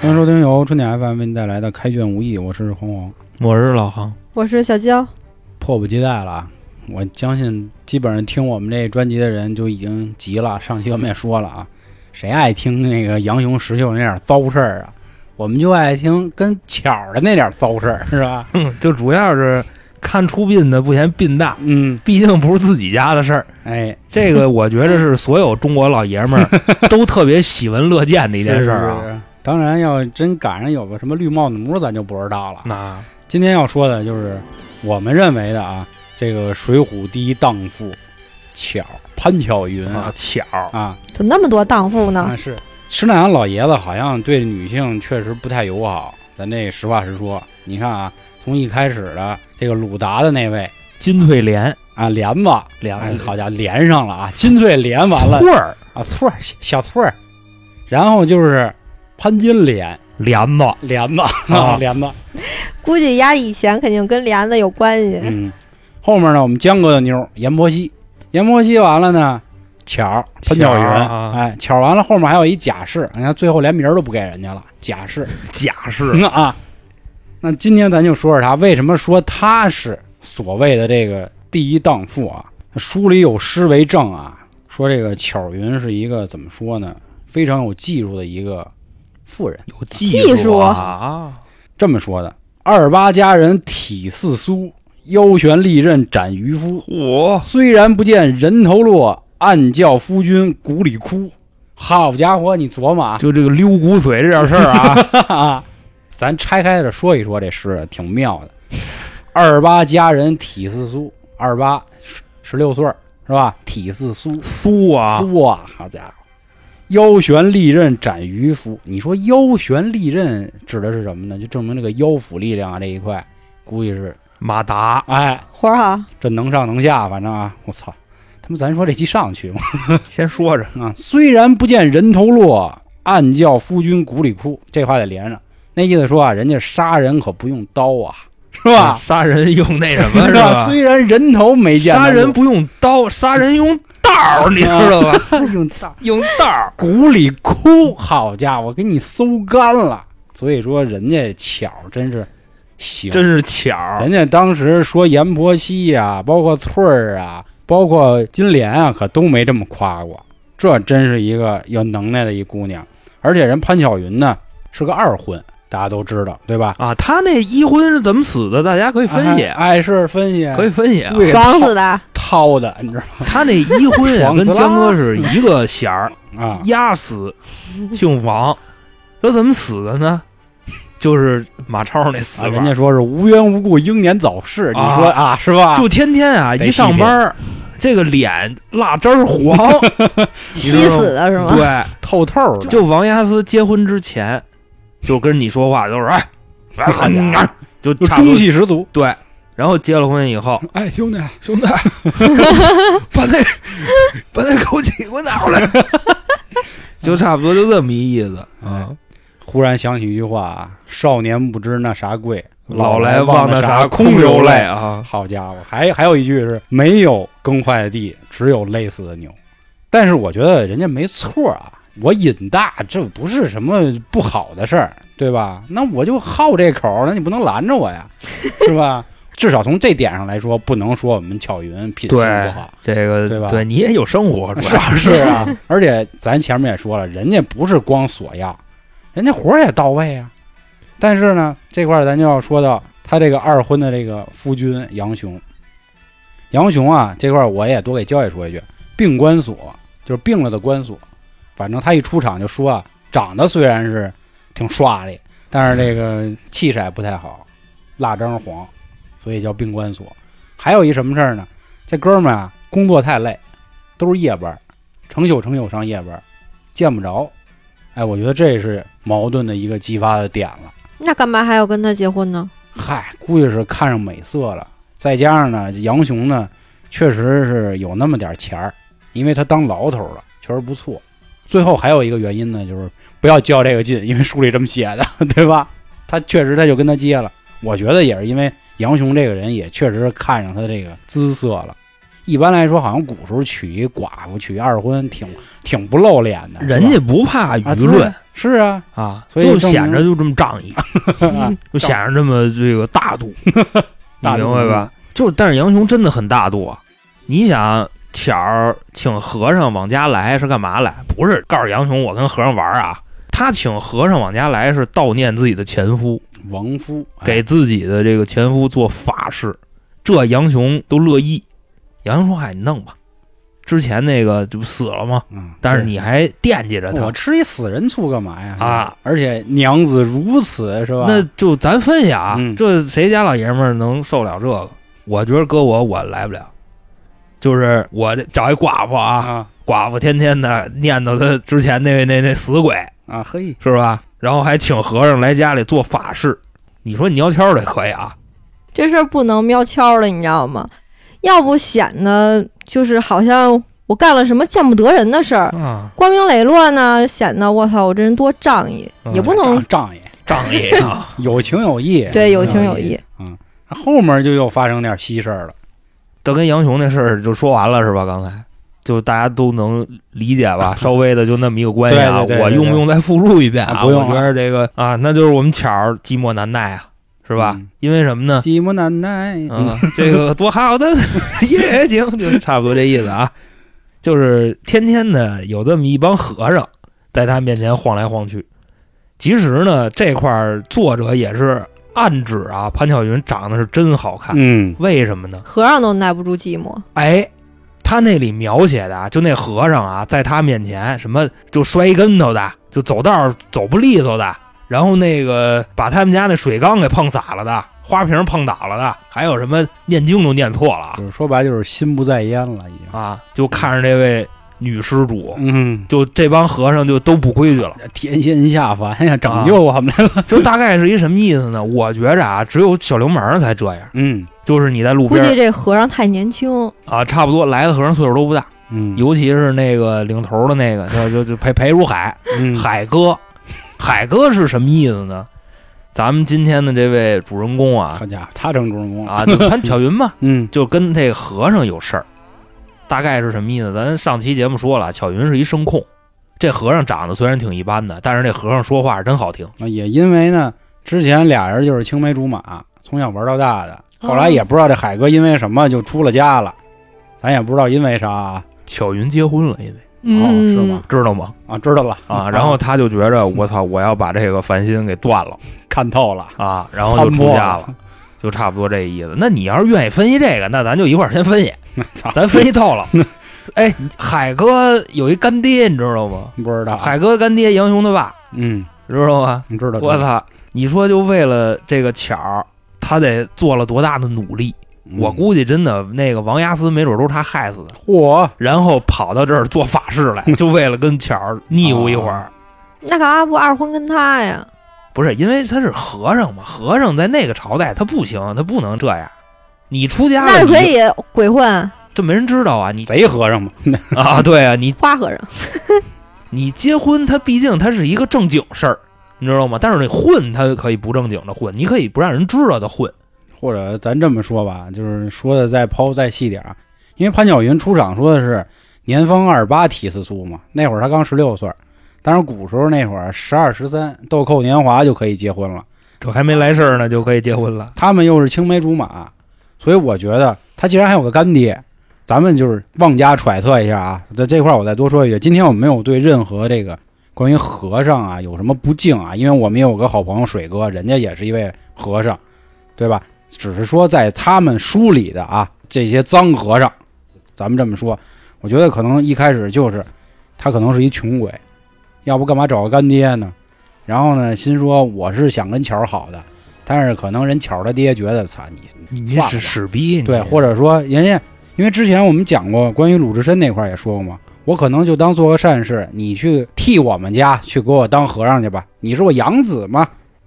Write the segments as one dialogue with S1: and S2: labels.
S1: 欢迎收听由春点 FM 为您带来的《开卷无益》，我是黄黄，
S2: 我是老航，
S3: 我是小娇。
S1: 迫不及待了啊。我相信，基本上听我们这专辑的人就已经急了。上期我们也说了啊，谁爱听那个杨雄、石秀那点糟事儿啊？我们就爱听跟巧儿的那点糟事儿，是 吧？
S2: 就主要是看出殡的不嫌殡大，
S1: 嗯，
S2: 毕竟不是自己家的事儿。
S1: 哎，
S2: 这 个我觉着是所有中国老爷们 儿都特别喜闻乐见的一
S1: 这
S2: 件事儿啊。
S1: 啊。当然，要真赶上有个什么绿帽奴，咱就不知道了。
S2: 那
S1: 今天要说的就是我们认为的啊，这个《水浒》第一荡妇巧儿潘巧云
S2: 啊
S1: 啊，
S2: 巧儿
S1: 啊，
S3: 怎么那么多荡妇呢？
S1: 啊，是施耐庵老爷子好像对女性确实不太友好，咱这实话实说。你看啊，从一开始的这个鲁达的那位
S2: 金翠莲
S1: 啊，帘子，
S2: 两
S1: 哎，好家伙，连上了啊，金翠莲完了
S2: 翠儿
S1: 啊，翠儿小小翠儿，然后就是潘金莲
S2: 莲子
S1: 莲 子
S2: 啊
S1: 莲子，
S3: 估计丫以前肯定跟帘子有关系。
S1: 嗯，后面呢，我们江哥的妞儿阎婆惜，阎婆惜完了呢。巧儿潘巧
S2: 巧
S1: 云，
S2: 儿啊
S1: 哎，巧儿完了，后面还有一贾氏，你看最后连名儿都不给人家了，贾氏，
S2: 贾氏
S1: 那 啊，那今天咱就说说他为什么说他是所谓的这个第一荡妇啊？书里有诗为证啊，说这个巧云是一个怎么说呢？非常有技术的一个妇人，
S2: 有技
S3: 技术
S2: 啊，
S1: 这么说的：二八佳人体似酥，腰悬利刃斩渔夫。
S2: 我
S1: 虽然不见人头落，暗叫夫君骨里枯。好家伙，你琢磨啊，
S2: 就这个溜骨髓这件事儿啊，
S1: 啊， 咱拆开着说一说这诗，啊挺妙的。二八佳人体似酥，二八十十六岁儿是吧？体似酥，
S2: 酥啊，
S1: 酥啊，好家伙！腰悬利刃斩渔夫，你说腰悬利刃指的是什么呢？就证明这个腰腹力量啊这一块，估计是
S2: 马达
S1: 哎，
S3: 活儿哈，
S1: 这能上能下，反正啊，我操！他们咱说这期上去吗？
S2: 先说着，
S1: 啊，虽然不见人头落，暗叫夫君骨里枯。这话得连上，那意思说啊，人家杀人可不用刀啊，是吧？
S2: 杀人用那什 么
S1: 是
S2: 是吧？
S1: 虽然人头没见，
S2: 杀人不用刀，杀人用道儿，你知道吧？
S1: 但是用刀，
S2: 用道儿。
S1: 骨里枯。好家伙，给你搜干了。所以说，人家巧真是行，
S2: 真是巧儿
S1: 人家当时说阎婆惜呀、包括翠儿啊，包括金莲啊，可都没这么夸过。这真是一个有能耐的一姑娘，而且人潘巧云呢是个二婚，大家都知道，对吧？
S2: 啊！他那一婚是怎么死的？大家可以分析，啊
S1: 哎，哎是分析，
S2: 可以分析啊。
S1: 对
S3: 爽死的。
S1: 掏的，你知道
S2: 他那一婚 啊，
S1: 爽死啦
S2: 跟江哥是一个弦儿，
S1: 吗？啊，
S2: 压死姓王，他怎么死的呢？就是马超那死
S1: 啊人
S2: 法
S1: 家，说是无缘无故英年早逝，你
S2: 啊
S1: 说啊，是吧？
S2: 就天天啊
S1: 得
S2: 一上班儿，这个脸蜡汁 儿黄，
S3: 吸死的是吗？
S2: 对，
S1: 透透的，
S2: 就王亚斯结婚之前，就跟你说话都是哎，哎
S1: 好家伙
S2: 就
S1: 就
S2: 差不多
S1: 嗯中气十足。
S2: 对，然后结了婚以后，
S1: 哎，兄弟，
S2: 兄弟，啊把那把那枸杞给我拿过来， 就差不多就这么一意思
S1: 哎
S2: 啊。
S1: 忽然想起一句话啊：少年不知那啥贵，
S2: 老
S1: 来
S2: 来忘
S1: 那
S2: 啥
S1: 空
S2: 流
S1: 泪
S2: 啊！
S1: 好家伙，还还有一句是没有耕坏的地，只有累死的牛。但是我觉得人家没错啊，我瘾大，这不是什么不好的事儿，对吧？那我就好这口儿，那你不能拦着我呀，是吧？ 至少从这点上来说，不能说我们巧云品行不
S2: 对
S1: 好，，
S2: 这个
S1: 对吧
S2: 你也有生活，主
S1: 是
S2: 要
S1: 啊是啊。而且咱前面也说了，人家不是光索要，人家活儿也到位啊。但是呢，这块儿咱就要说到他这个二婚的这个夫君杨雄，杨雄啊，这块儿我也多给焦爷说一句，病关索就是病了的关索。反正他一出场就说啊，长得虽然是挺帅的，但是这个气色也不太好，蜡张黄，所以叫病关索。还有一什么事儿呢？这哥们儿啊，工作太累，都是夜班儿，成宿成宿上夜班儿，见不着。哎，我觉得这是矛盾的一个激发的点了。
S3: 那干嘛还要跟他结婚呢？
S1: 嗨，估计是看上美色了，再加上呢，杨雄呢，确实是有那么点钱儿，因为他当老头了，确实不错。最后还有一个原因呢，就是不要较这个劲，因为书里这么写的， 对吧？他确实他就跟他结了，我觉得也是因为杨雄这个人也确实是看上他这个姿色了，一般来说，好像古时候娶一寡妇、娶一二婚，挺挺不露脸的。是吧
S2: 人家不怕
S1: 啊，
S2: 舆
S1: 对
S2: 论
S1: 是啊，
S2: 啊，
S1: 所以
S2: 就
S1: 证
S2: 显
S1: 明啊
S2: 着就这么仗义，
S1: 嗯
S3: 嗯
S2: 就显着这么这个 大度，你
S1: 大度嗯
S2: 明白吧？就是，但是杨雄真的很大度啊！你想，巧儿请和尚往家来是干嘛来？不是告诉杨雄我跟和尚玩儿啊，他请和尚往家来是悼念自己的前夫，
S1: 亡夫哎
S2: 给自己的这个前夫做法事，这杨雄都乐意。杨雄说：“哎，你弄吧，之前那个这不死了吗？
S1: 嗯，
S2: 但是
S1: 对
S2: 你还惦记着他
S1: 我，吃一死人醋干嘛呀？
S2: 啊，
S1: 而且娘子如此是吧？
S2: 那就咱分下啊，
S1: 嗯
S2: 这谁家老爷们儿能受了这个？我觉得搁我我来不了，就是我这找一寡妇啊，
S1: 啊
S2: 寡妇天天的念叨他之前那那那死鬼
S1: 啊嘿，
S2: 是吧？然后还请和尚来家里做法事，你说你要敲的可以啊，
S3: 这事儿不能喵悄了，你知道吗？要不显得就是好像我干了什么见不得人的事儿，
S2: 啊，
S3: 光明磊落呢，显得我操，我这人多仗义，
S2: 嗯
S3: 也不能
S1: 仗仗义，
S2: 仗义啊，
S1: 有情有义。
S3: 对有
S1: 嗯
S3: 情有义。
S1: 后面就又发生点稀事儿了。
S2: 都跟杨雄那事儿就说完了是吧？刚才。就大家都能理解 吧，稍微的就那么一个关系啊。
S1: 对对对对
S2: 我用不用再复述一遍
S1: 啊
S2: 啊？
S1: 不用了
S2: 我觉得这个啊，那就是我们巧儿寂寞难耐啊，是吧？
S1: 嗯
S2: 因为什么呢？
S1: 寂寞难耐，
S2: 啊嗯，这个多 好的夜景，就差不多这意思啊。就是天天的有这么一帮和尚在他面前晃来晃去。其实呢，这块儿作者也是暗指啊，潘巧云长得是真好看。
S1: 嗯
S2: 为什么呢？
S3: 和尚都耐不住寂寞。
S2: 哎，他那里描写的啊，就那和尚啊，在他面前什么就摔一跟头的，就走道儿走不利索的，然后那个把他们家那水缸给碰洒了的，花瓶碰倒了的，还有什么念经都念错了啊
S1: 就是说白了就是心不在焉了，已经。
S2: 啊，就看着这位女施主，
S1: 嗯，
S2: 就这帮和尚就都不规矩了，
S1: 天仙下凡呀，
S2: 啊
S1: 拯救我们来了。
S2: 就大概是一什么意思呢？我觉着啊，只有小流氓才这样，
S1: 嗯
S2: 就是你在路
S3: 估计
S2: 边
S3: 这和尚太年
S1: 哦
S3: 轻，
S2: 啊，差不多来的和尚岁数都不大，
S1: 嗯，
S2: 尤其是那个领头的那个，就就就裴裴如海，
S1: 嗯
S2: 海哥，海哥是什么意思呢？咱们今天的这位主人公啊
S1: 好家伙，他成主人公了。
S2: 啊，就潘巧云嘛，
S1: 嗯
S2: 就跟这和尚有事儿，大概是什么意思？咱上期节目说了，啊巧云是一声控，这和尚长得虽然挺一般的，但是这和尚说话是真好听。
S1: 啊也因为呢，之前俩人就是青梅竹马，从小玩到大的。
S3: 哦
S1: 后来也不知道这海哥因为什么就出了家了，咱也不知道因为啥啊，
S2: 巧云结婚了，因为
S3: 嗯
S1: 哦是吗？
S2: 知道吗？
S1: 啊知道了
S2: 啊，然后他就觉着我操，我要把这个烦心给断了
S1: 看透了，
S2: 啊，然后就
S1: 看
S2: 出
S1: 破
S2: 家了，。就差不多这意思。那你要是愿意分析这个，那咱就一块儿先 分析。
S1: 操，
S2: 咱分析透 了。哎，海哥有一干爹，你知道吗？
S1: 不知道。啊
S2: 海哥干爹杨雄他爸，
S1: 嗯，
S2: 你知道吗？
S1: 你知道
S2: 我操！你说就为了这个巧儿，他得做了多大的努力？
S1: 嗯
S2: 我估计真的那个王亚斯没准都是他害死的，
S1: 嚯，
S2: 然后跑到这儿做法事 来，就为了跟巧儿腻乎一会儿。
S3: 那干嘛不二婚跟他呀？
S2: 不是因为他是和尚嘛？和尚在那个朝代他不行，他不能这样。你出家
S3: 那
S2: 了，
S3: 可
S2: 你
S3: 以鬼混
S2: 就没人知道啊！你
S1: 贼和尚嘛，
S2: 啊，对啊，你
S3: 花和尚，
S2: 你结婚，它毕竟它是一个正经事儿，你知道吗？但是你混，它可以不正经的混，你可以不让人知道的混。
S1: 或者咱这么说吧，就是说的再抛再细点儿啊，因为潘巧云出场说的是年方二八体四素嘛，那会儿她刚十六岁儿，当然古时候那会儿十二十三豆蔻年华就可以结婚了。
S2: 这还没来事儿呢，就可以结婚了。
S1: 他们又是青梅竹马，所以我觉得他既然还有个干爹，咱们就是妄加揣测一下啊。在这块儿我再多说一句，今天我们没有对任何这个关于和尚啊有什么不敬啊，因为我们也有个好朋友水哥，人家也是一位和尚，对吧？只是说在他们书里的啊这些脏和尚，咱们这么说，我觉得可能一开始就是他可能是一穷鬼，要不干嘛找个干爹呢？然后呢，心说我是想跟巧儿好的，但是可能人巧儿他爹觉得，操你
S2: 你
S1: 这是
S2: 屎逼，
S1: 对，或者说人家，因为之前我们讲过关于鲁智深那块儿也说过嘛，我可能就当做个善事，你去替我们家去给我当和尚去吧，你是我养子嘛，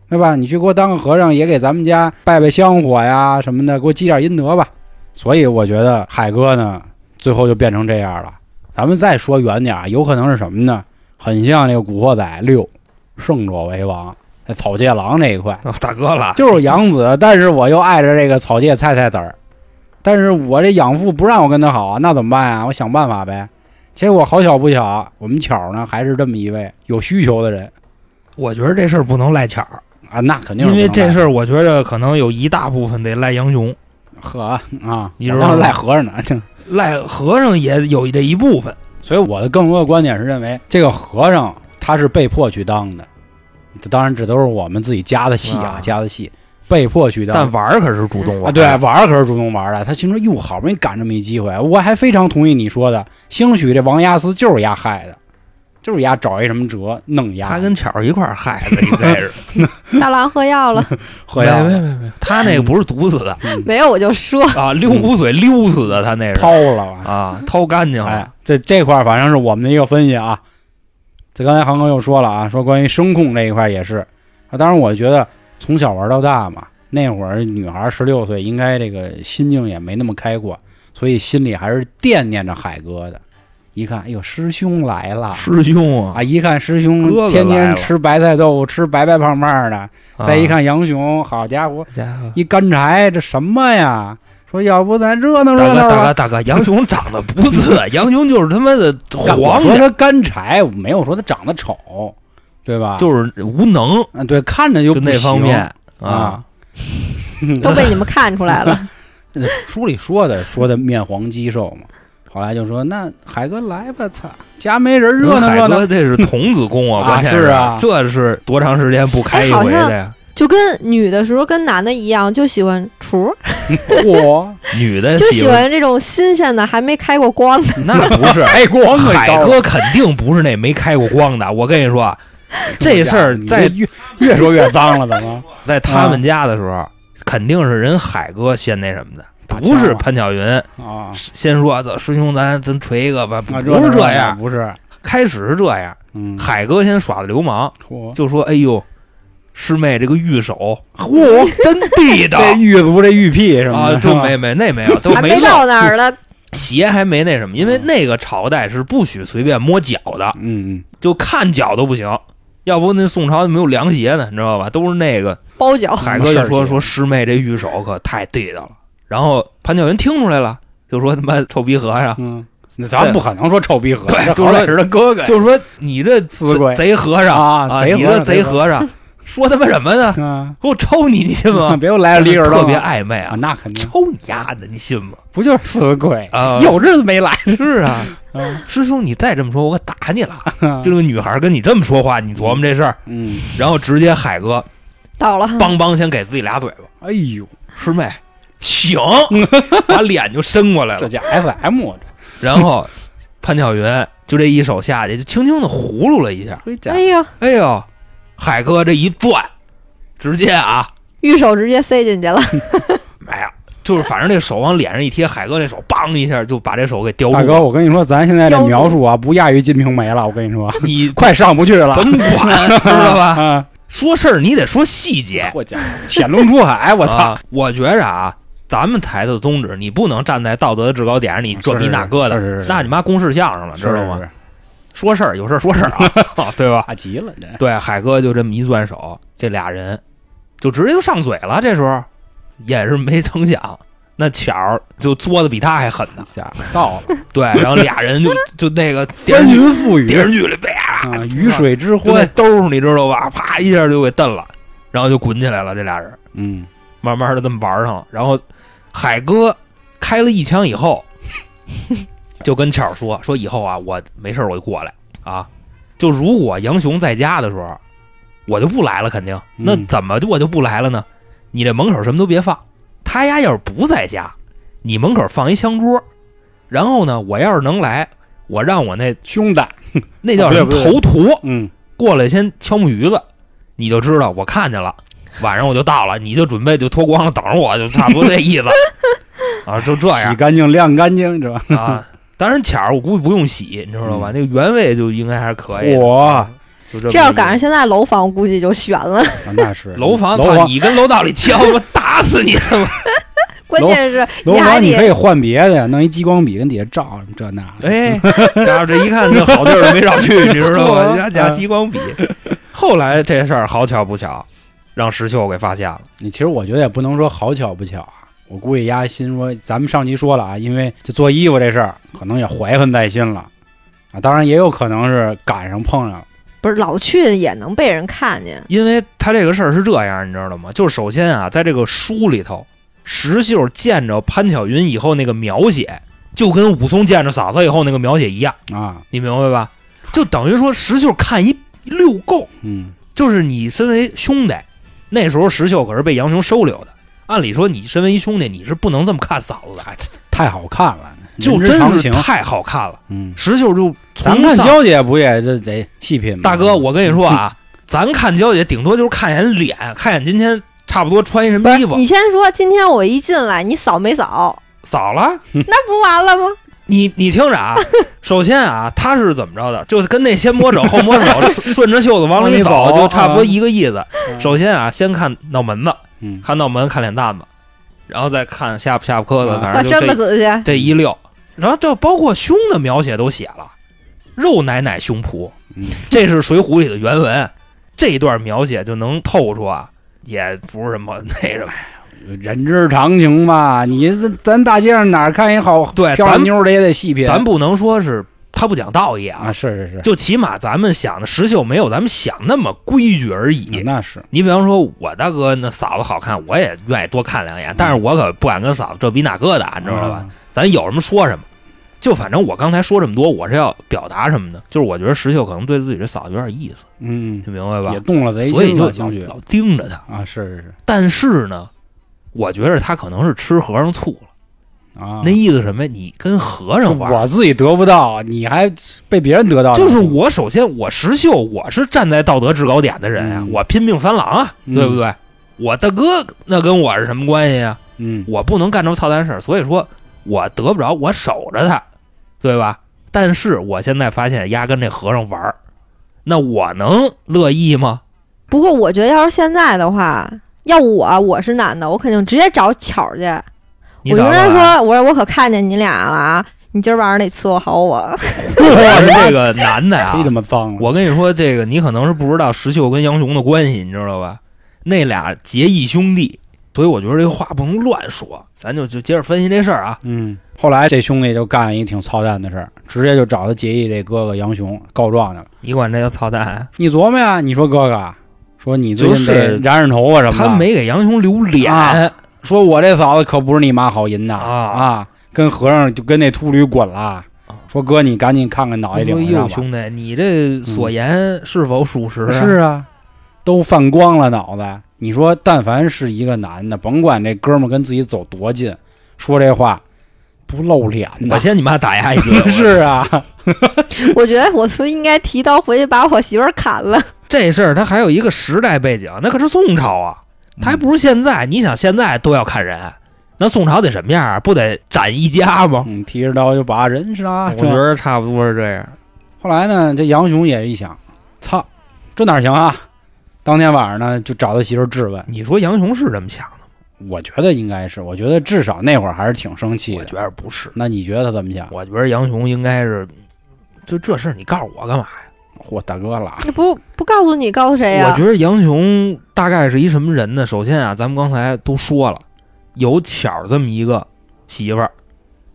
S1: 对吧？你去给我当个和尚，也给咱们家拜拜香火呀什么的，给我积点阴德吧。所以我觉得海哥呢，最后就变成这样了。咱们再说远点儿，有可能是什么呢？很像那个《古惑仔六》，胜者为王，那草芥郎这一块。
S2: 哦 大哥了，
S1: 就是养子，但是我又爱着这个草芥菜菜籽儿，但是我这养父不让我跟他好啊，那怎么办呀、我想办法呗。结果好巧不巧，我们巧呢还是这么一位有需求的人
S2: 我觉得这事儿不能赖巧儿，
S1: 啊，那肯定是
S2: 因为这事
S1: 儿
S2: 儿我觉得可能有一大部分得赖杨雄，
S1: 和啊，
S2: 你
S1: 我
S2: 知道
S1: 当时
S2: 吗
S1: 赖和尚呢。
S2: 赖和尚也有这一部分。
S1: 所以我的更多的观点是认为，这个和尚他是被迫去当的，这当然这都是我们自己加的戏啊，
S2: 啊
S1: 加的戏，被迫去当。
S2: 但玩儿可是主动玩
S1: 啊，
S2: 儿，
S1: 对，玩儿可是主动玩儿的。他心说：“哟，好不容易赶这么一机会，我还非常同意你说的，兴许这王亚斯就是丫害的，就是丫找一什么辙弄丫。”
S2: 他跟巧儿一块儿害的，应该 是。
S3: 大郎喝药了，
S1: 喝药
S2: 没没没没，他那个不是毒死的
S3: 没有我 就说，
S1: 嗯
S2: 啊，溜污水溜死的，他那是
S1: 抛了吧？
S2: 啊，掏干净
S1: 哎
S2: 了。，
S1: 这这块儿反正是我们的一个分析啊。这刚才航哥又说了啊，说关于声控这一块儿也是。啊，当然我觉得从小玩到大嘛，那会儿女孩十六岁，应该这个心境也没那么开阔，所以心里还是惦念着海哥的。一看，哎呦，师兄来了，
S2: 师兄啊
S1: 啊，，一看师
S2: 哥哥来
S1: 兄
S2: 了
S1: 天天吃白菜豆腐，吃白白胖胖的，哎再一
S2: 啊，
S1: 看杨雄，好家伙，
S2: 家伙，
S1: 一干柴，这什么呀？说要不咱热闹
S2: 大
S1: 热
S2: 哥
S1: 闹
S2: 大
S1: 吧
S2: 哥。大哥，杨雄长得不次，杨雄就是他妈的
S1: 我
S2: 黄
S1: 说
S2: 的，
S1: 他干柴，我没有说他长得丑，对吧？
S2: 就是无能，
S1: 嗯，对，看着就
S2: 就
S1: 不
S2: 那方
S1: 行
S2: 面
S1: 啊
S2: 啊。。
S3: 都被你们看出来了。
S1: 书里说的说的面黄肌瘦嘛，后来就说那海哥来吧，操，家没人热闹
S2: 海
S1: 热闹
S2: 哥，这是童子功啊，
S1: 啊
S2: 关键
S1: 是啊
S2: 这是多长时间不开
S3: 哎
S2: 一回的呀？
S3: 就跟女的时候跟男的一样，就喜欢厨儿，
S1: 嚯，
S2: 女的
S3: 就
S2: 哎喜
S3: 喜
S2: 欢
S3: 欢这种新鲜的，还没开过光的。
S2: 那不是
S1: 开光啊
S2: 海
S1: 刀
S2: 哥肯定不是那没开过光的，我跟你说， 啊 这事儿
S1: 哎你
S2: 在
S1: 越越说越脏了，怎么？
S2: 在他们家的时候，肯定是人海哥先那什么的，
S1: 啊打
S2: 不
S1: 枪
S2: 是
S1: 了
S2: 潘巧云
S1: 啊
S2: 先说这师兄咱咱锤一个吧，不
S1: 啊，
S2: 不是
S1: 这
S2: 这样，
S1: 不是，
S2: 开始是这样，
S1: 嗯，
S2: 海哥先耍的流氓，
S1: 嚯，
S2: 就说哎呦，师妹这个玉手
S1: 嚯，
S2: 真地道
S1: 这玉足这玉屁什么
S2: 啊，
S1: 的，
S2: 就没没那没有都
S3: 还
S2: 没
S3: 没
S2: 漏
S3: 到那儿呢，
S2: 鞋还没那什么，因为
S1: 嗯
S2: 那个朝代是不许随便摸脚的，
S1: 嗯，嗯
S2: 就看脚都不行。要不那宋朝就没有凉鞋呢，你知道吧？都是那个
S3: 包脚。
S2: 海哥就
S1: 事儿
S2: 嗯说
S1: 姐
S2: 说师妹这玉手可太地道了。然后潘教云听出来了，就说他妈臭逼和 尚，
S1: 嗯，那咱不可能说臭逼 和尚，
S2: 对
S1: 这好歹是他哥哥呀，
S2: 就是说你这
S1: 死鬼
S2: 贼贼和尚
S1: 啊，贼
S2: 你
S1: 和
S2: 这
S1: 尚，
S2: 贼和尚，说他妈什么呢？
S1: 啊，
S2: 给我抽你，你信吗？
S1: 别又来了里
S2: 就
S1: 耳
S2: 是
S1: 朵
S2: 特
S1: 了
S2: 别暧昧
S1: 啊，
S2: 啊，
S1: 那肯定
S2: 抽你丫的，你信吗？
S1: 不就是死鬼
S2: 啊
S1: 有日子没来，
S2: 是啊
S1: 啊，
S2: 师兄，你再这么说，我可打你了。就那个女孩跟你这么说话，你琢磨这事儿，
S1: 嗯，
S2: 然后直接海哥
S3: 到了，
S2: 梆梆先给自己俩嘴巴，
S1: 哎呦，
S2: 师妹，请， 把脸就伸过来
S1: 这
S2: 了，
S1: 叫 SM 这
S2: 然后潘巧云就这一手下去，就轻轻的葫芦了一下，
S1: 回家
S3: 哎呀，
S2: 哎呦，海哥这一转，直接啊，
S3: 玉手直接塞进去了。
S2: 哎呀，就是反正这手往脸上一贴，海哥那手梆一下就把这手给叼住
S1: 大
S2: 了，
S1: 哥，我跟你说，咱现在这
S3: 腰
S1: 描述啊，不亚于《金瓶梅》了。我跟你说，
S2: 你
S1: 快上不去了，
S2: 甭管，知道吧？
S1: 啊！
S2: 说事儿你得说细节，
S1: 我家伙潜龙出海，我操！
S2: 啊我觉着啊，咱们台的宗旨，你不能站在道德的制高点上，你这
S1: 是
S2: 逼
S1: 是
S2: 那个的，
S1: 是是是
S2: 那你妈公式相声了，知道吗？
S1: 是？是
S2: 说事儿有事儿说事儿啊， 啊对吧？
S1: 大急了，这
S2: 对，海哥就这么一攥手，这俩人就直接就上嘴了。这时候也是没成想，那巧儿就作的比他还狠呢。
S1: 下到了，
S2: 对，然后俩人就就 那个电
S1: 翻
S2: 视剧
S1: 云覆雨
S2: 电视剧里啪，
S1: 啊，雨水之
S2: 就那
S1: 欢。
S2: 兜儿你知道吧？啪一下就给蹬了，然后就滚起来了。这俩人。
S1: 嗯，
S2: 慢慢的这么玩上了。然后海哥开了一枪以 后，就跟巧儿说说以后啊，我没事儿我就过来啊。就如果杨雄在家的时候，我就不来了，肯定。那
S1: 嗯
S2: 怎么就我就不来了呢？你这门口什么都别放，他家要是不在家，你门口放一香桌，然后呢，我要是能来，我让我那
S1: 兄弟，
S2: 那叫什
S1: 啊
S2: 么
S1: 不对不对
S2: 头陀
S1: 嗯，
S2: 过来先敲木鱼子，你就知道我看见了，晚上我就到了，你就准备就脱光了等着我，就差不多这意 思啊，就这
S1: 洗
S2: 样
S1: 干净晾干净是吧？
S2: 啊。当然，巧儿我估计不用洗，你知道吧？那个原味就应该还是可以的。
S1: 我
S2: 就这么
S3: 这要赶
S2: 一个
S3: 上现在楼房，估计就悬了。
S1: 那是
S2: 楼房，
S1: 楼
S2: 操
S1: 房，
S2: 你跟楼道里敲，我打死你！
S3: 关键是
S1: 楼
S3: 你还
S1: 房，你可
S3: 得
S1: 以换别的，弄一激光笔跟底下照什么这那的。
S2: 哎， 家伙，这一看这好地儿没少去，你知道吗？家家激光笔。后来这事儿好巧不巧，让石秀给发现了。
S1: 你其实我觉得也不能说好巧不巧啊，我估计丫心说，咱们上集说了啊，因为这做衣服这事儿，可能也怀恨在心了啊。当然也有可能是赶上碰上了，
S3: 不是老去也能被人看见。
S2: 因为他这个事儿是这样，你知道吗？就是首先啊，在这个书里头，石秀见着潘巧云以后那个描写，就跟武松见着嫂子以后那个描写一样，
S1: 啊，
S2: 你明白吧？就等于说石秀看一一溜够，
S1: 嗯，
S2: 就是你身为兄弟，那时候石秀可是被杨雄收留的。按理说，你身为一兄弟，你是不能这么看嫂子的，
S1: 太好看了，
S2: 就
S1: 人之常
S2: 真是
S1: 情。
S2: 太好看了。
S1: 嗯，
S2: 石秀就
S1: 咱
S2: 从
S1: 看
S2: 上
S1: 娇姐不也这得细品吗？
S2: 大哥，我跟你说啊，咱看娇姐顶多就是看一眼脸，看一眼今天差不多穿一什么衣服，
S3: 你先说，今天我一进来，你扫没扫？
S2: 扫了。
S3: 那不完了吗？
S2: 你你听着啊，首先啊，他是怎么着的？就是跟那先摸手后摸手，顺顺着袖子往里
S1: 往里
S2: 走，
S1: 走
S2: 就差不多一个意思。
S1: 嗯
S2: 首先啊，先看脑门子，
S1: 嗯
S2: 看脑门，看脸蛋子，然后再看下巴下巴磕
S1: 啊
S2: 子，反
S3: 我
S2: 正
S3: 这
S2: 就
S3: 么
S2: 这
S3: 仔细，
S2: 这一溜。然后这包括胸的描写都写了，肉乃乃胸脯
S1: 嗯，
S2: 这是《水浒》里的原文。这一段描写就能透出啊，也不是什么那什么。
S1: 人之常情吧。你这咱大街上哪儿看一好
S2: 对
S1: 漂亮
S2: 咱
S1: 妞儿的也得细品。
S2: 咱不能说是他不讲道义
S1: 啊，
S2: 啊，
S1: 是是是，
S2: 就起码咱们想的石秀没有咱们想那么规矩而已。
S1: 那是
S2: 你比方说，我大哥那嫂子好看，我也愿意多看两
S1: 嗯
S2: 眼，但是我可不敢跟嫂子这比那个的，你知道吧？？
S1: 啊
S2: 咱有什么说什么。就反正我刚才说这么多，我是要表达什么呢？就是我觉得石秀可能对自己这嫂子有点意思，
S1: 嗯，
S2: 你明白
S1: 也
S2: 吧？
S1: 动了贼
S2: 所以
S1: 心
S2: 就
S1: 了，
S2: 老
S1: 兴许
S2: 老盯着他。
S1: 啊，是是是
S2: 但是呢，我觉得他可能是吃和尚醋了，
S1: 啊，
S2: 那意思什么呀？你跟和尚玩，
S1: 我自己得不到，你还被别人得啊到了，
S2: 就是我首先我石秀，我是站在道德制高点的人啊
S1: 嗯，
S2: 我拼命三郎啊，
S1: 嗯
S2: 对不对？我大哥那跟我是什么关系啊？
S1: 嗯
S2: 我不能干这么操蛋事儿，所以说我得不着，我守着他，对吧？但是我现在发现，丫跟这和尚玩儿，那我能乐意吗？
S3: 不过我觉得要是现在的话，要我我是男的，我肯定直接找巧儿去。
S2: 你
S3: 我就
S2: 找
S3: 跟他
S2: 找啊，
S3: 说，我说我可看见你俩了啊！你今儿晚上得伺候我。
S2: 我是这个男的啊呀、
S1: 忒他妈脏了，
S2: 我跟你说，这个你可能是不知道石秀跟杨雄的关系，你知道吧？那俩结义兄弟，所以我觉得这个话不能乱说，咱就就接着分析这事儿啊。
S1: 嗯。后来这兄弟就干一挺操蛋的事儿，直接就找他结义这哥哥杨雄告状去了。
S2: 你管这叫操蛋，
S1: 你琢磨呀，你说哥哥，说你最近
S2: 就
S1: 得
S2: 是
S1: 染染头发啊什么的。
S2: 他没给杨雄留脸，
S1: 啊说，我这嫂子可不是你妈好银的
S2: 啊
S1: 跟和尚就跟那秃驴滚了。说哥，你赶紧看看脑袋
S2: 我说
S1: 顶上
S2: 哟，
S1: 吧。
S2: 兄弟，你这所言嗯是否属实、啊？
S1: 是啊，都泛光了脑袋。你说，但凡是一个男的，甭管这哥们儿跟自己走多近，说这话不露脸
S2: 我
S1: 的。。
S2: 先你妈打压一顿
S1: 是啊，
S3: 我觉得我就应该提刀回去把我媳妇儿砍了。
S2: 这事儿，它还有一个时代背景，那可是宋朝啊，它还不如现在。你想现在都要看人，那宋朝得什么样啊？不得斩一家吗？啊
S1: 嗯，提着刀就把人杀。
S2: 我
S1: 是吧
S2: 觉得差不多是这样。
S1: 后来呢，这杨雄也一想，操，这哪行啊？当天晚上呢，就找他媳妇儿质问。
S2: 你说杨雄是这么想的吗？
S1: 我觉得应该是，我觉得至少那会儿还是挺生气
S2: 我
S1: 的。
S2: 觉得不是，
S1: 那你觉得他怎么想？
S2: 我觉得杨雄应该是，就这事儿你告诉我干嘛呀？
S1: 嚯，大哥了，
S3: 你 不不告诉你，告诉谁哎呀、
S2: 我觉得杨雄大概是一什么人呢？首先啊，咱们刚才都说了，有巧儿这么一个媳妇儿，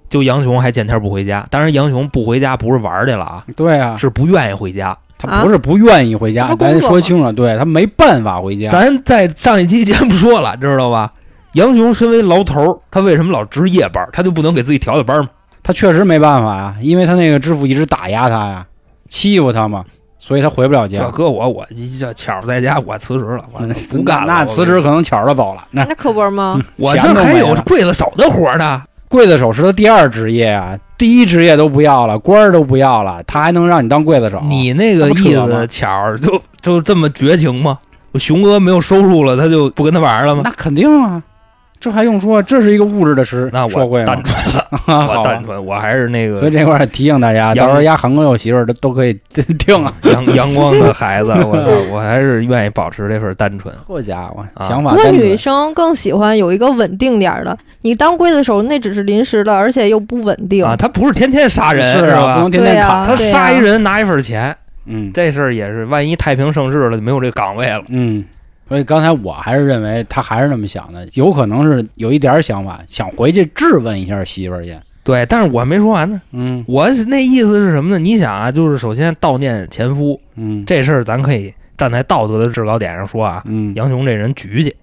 S2: 就杨雄还见天不回家。当然，杨雄不回家不是玩儿去了啊，
S1: 对啊，
S2: 是不愿意回家。
S1: 他不是不愿意回家，
S3: 他不
S1: 咱
S3: 工作
S1: 说
S3: 吗
S1: 清楚，对他没办法回家。
S2: 咱在上一期节目说了，知道吧？杨雄身为牢头儿，他为什么老值夜班儿？他就不能给自己调调班儿吗？
S1: 他确实没办法呀，因为他那个知府一直打压他呀，欺负他嘛，所以他回不了
S2: 要
S1: 家。
S2: 搁我，我这巧儿在家，我辞职了，我
S1: 嗯
S2: 不干了。
S1: 那
S2: 我
S1: 辞职，可能巧儿都走了。那嗯
S3: 那可不 是吗？
S2: 我
S1: 钱
S2: 这
S1: 都
S2: 还
S1: 没
S2: 有
S1: 了
S2: 刽子手的活儿呢。
S1: 刽子手是他第二职业啊，第一职业都不要了，官儿都不要了，他还能让你当刽子手？
S2: 你那个
S1: 那不
S2: 意
S1: 扯吗
S2: 思，巧儿就就这么绝情吗？我熊哥没有收入了，他就不跟他玩儿了吗？
S1: 那肯定啊，这还用说？这是一个物质的时
S2: 那
S1: 社会嘛
S2: 我单，纯了，
S1: 啊好吧
S2: 我单纯，我啊还是那
S1: 所以
S2: 个
S1: 这块儿提醒大家，到时候压韩国有媳妇儿的都可以定啊。
S2: 阳阳光的孩子， 我我还是愿意保持这份单纯。
S1: 好家伙，
S2: 啊
S1: 想法
S3: 不过
S1: 真
S3: 女
S1: 准。
S3: 生更喜欢有一个稳定点儿的。你当刽子手那只是临时的，而且又不稳定。
S2: 啊，他不是天天杀人，
S1: 是啊，
S2: 吧
S1: 不？能天天
S3: 对啊
S1: 砍。
S2: 他杀一人拿一份钱，
S1: 嗯
S2: 这事儿也是，万一太平盛世了就没有这个岗位了，
S1: 嗯，所以刚才我还是认为他还是那么想的，有可能是有一点儿想法，想回去质问一下媳妇儿去。
S2: 对，但是我还没说完呢。
S1: 嗯
S2: 我那意思是什么呢？你想啊，就是首先悼念前夫
S1: 嗯
S2: 这事儿，咱可以站在道德的制高点上说啊。
S1: 嗯
S2: 杨雄这人局去，